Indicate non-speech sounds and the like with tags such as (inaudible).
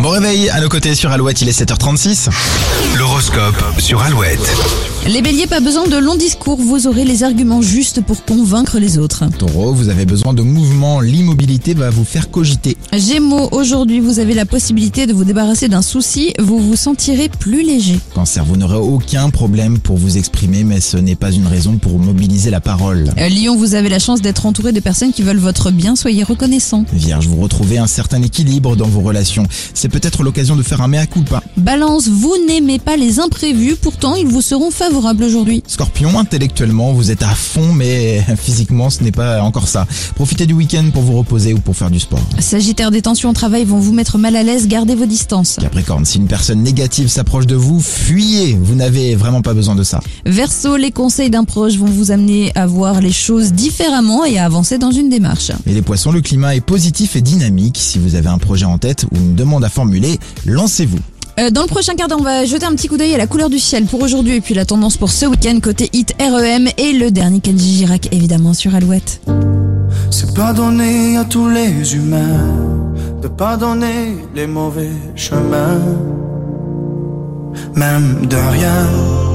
Bon réveil, à nos côtés sur Alouette, il est 7h36. L'horoscope sur Alouette. Les béliers, pas besoin de longs discours, vous aurez les arguments justes pour convaincre les autres. Taureau, vous avez besoin de mouvement, l'immobilité va vous faire cogiter. Gémeaux, aujourd'hui vous avez la possibilité de vous débarrasser d'un souci, vous vous sentirez plus léger. Cancer, vous n'aurez aucun problème pour vous exprimer, mais ce n'est pas une raison pour mobiliser la parole. Euh, Lion, vous avez la chance d'être entouré de personnes qui veulent votre bien, soyez reconnaissant. Vierge, vous retrouvez un certain équilibre dans vos relations. C'est peut-être l'occasion de faire un mea culpa. Balance, vous n'aimez pas les imprévus, pourtant ils vous seront favorables aujourd'hui. Scorpion, intellectuellement, vous êtes à fond, mais (laughs) physiquement, ce n'est pas encore ça. Profitez du week-end pour vous reposer ou pour faire du sport. Sagittaire, des tensions au travail vont vous mettre mal à l'aise, gardez vos distances. Capricorne, si une personne négative s'approche de vous, fuyez, vous n'avez vraiment pas besoin de ça. Verseau, les conseils d'un proche vont vous amener à voir les choses différemment et à avancer dans une démarche. Et les poissons, le climat est positif et dynamique. Si vous avez un projet en tête ou une demande à formuler, lancez-vous. Euh, dans le prochain quart d'heure, on va jeter un petit coup d'œil à la couleur du ciel pour aujourd'hui et puis la tendance pour ce week-end côté hit REM et le dernier Kenji Girac évidemment sur Alouette. C'est pas donné à tous les humains de pardonner les mauvais chemins, même de rien.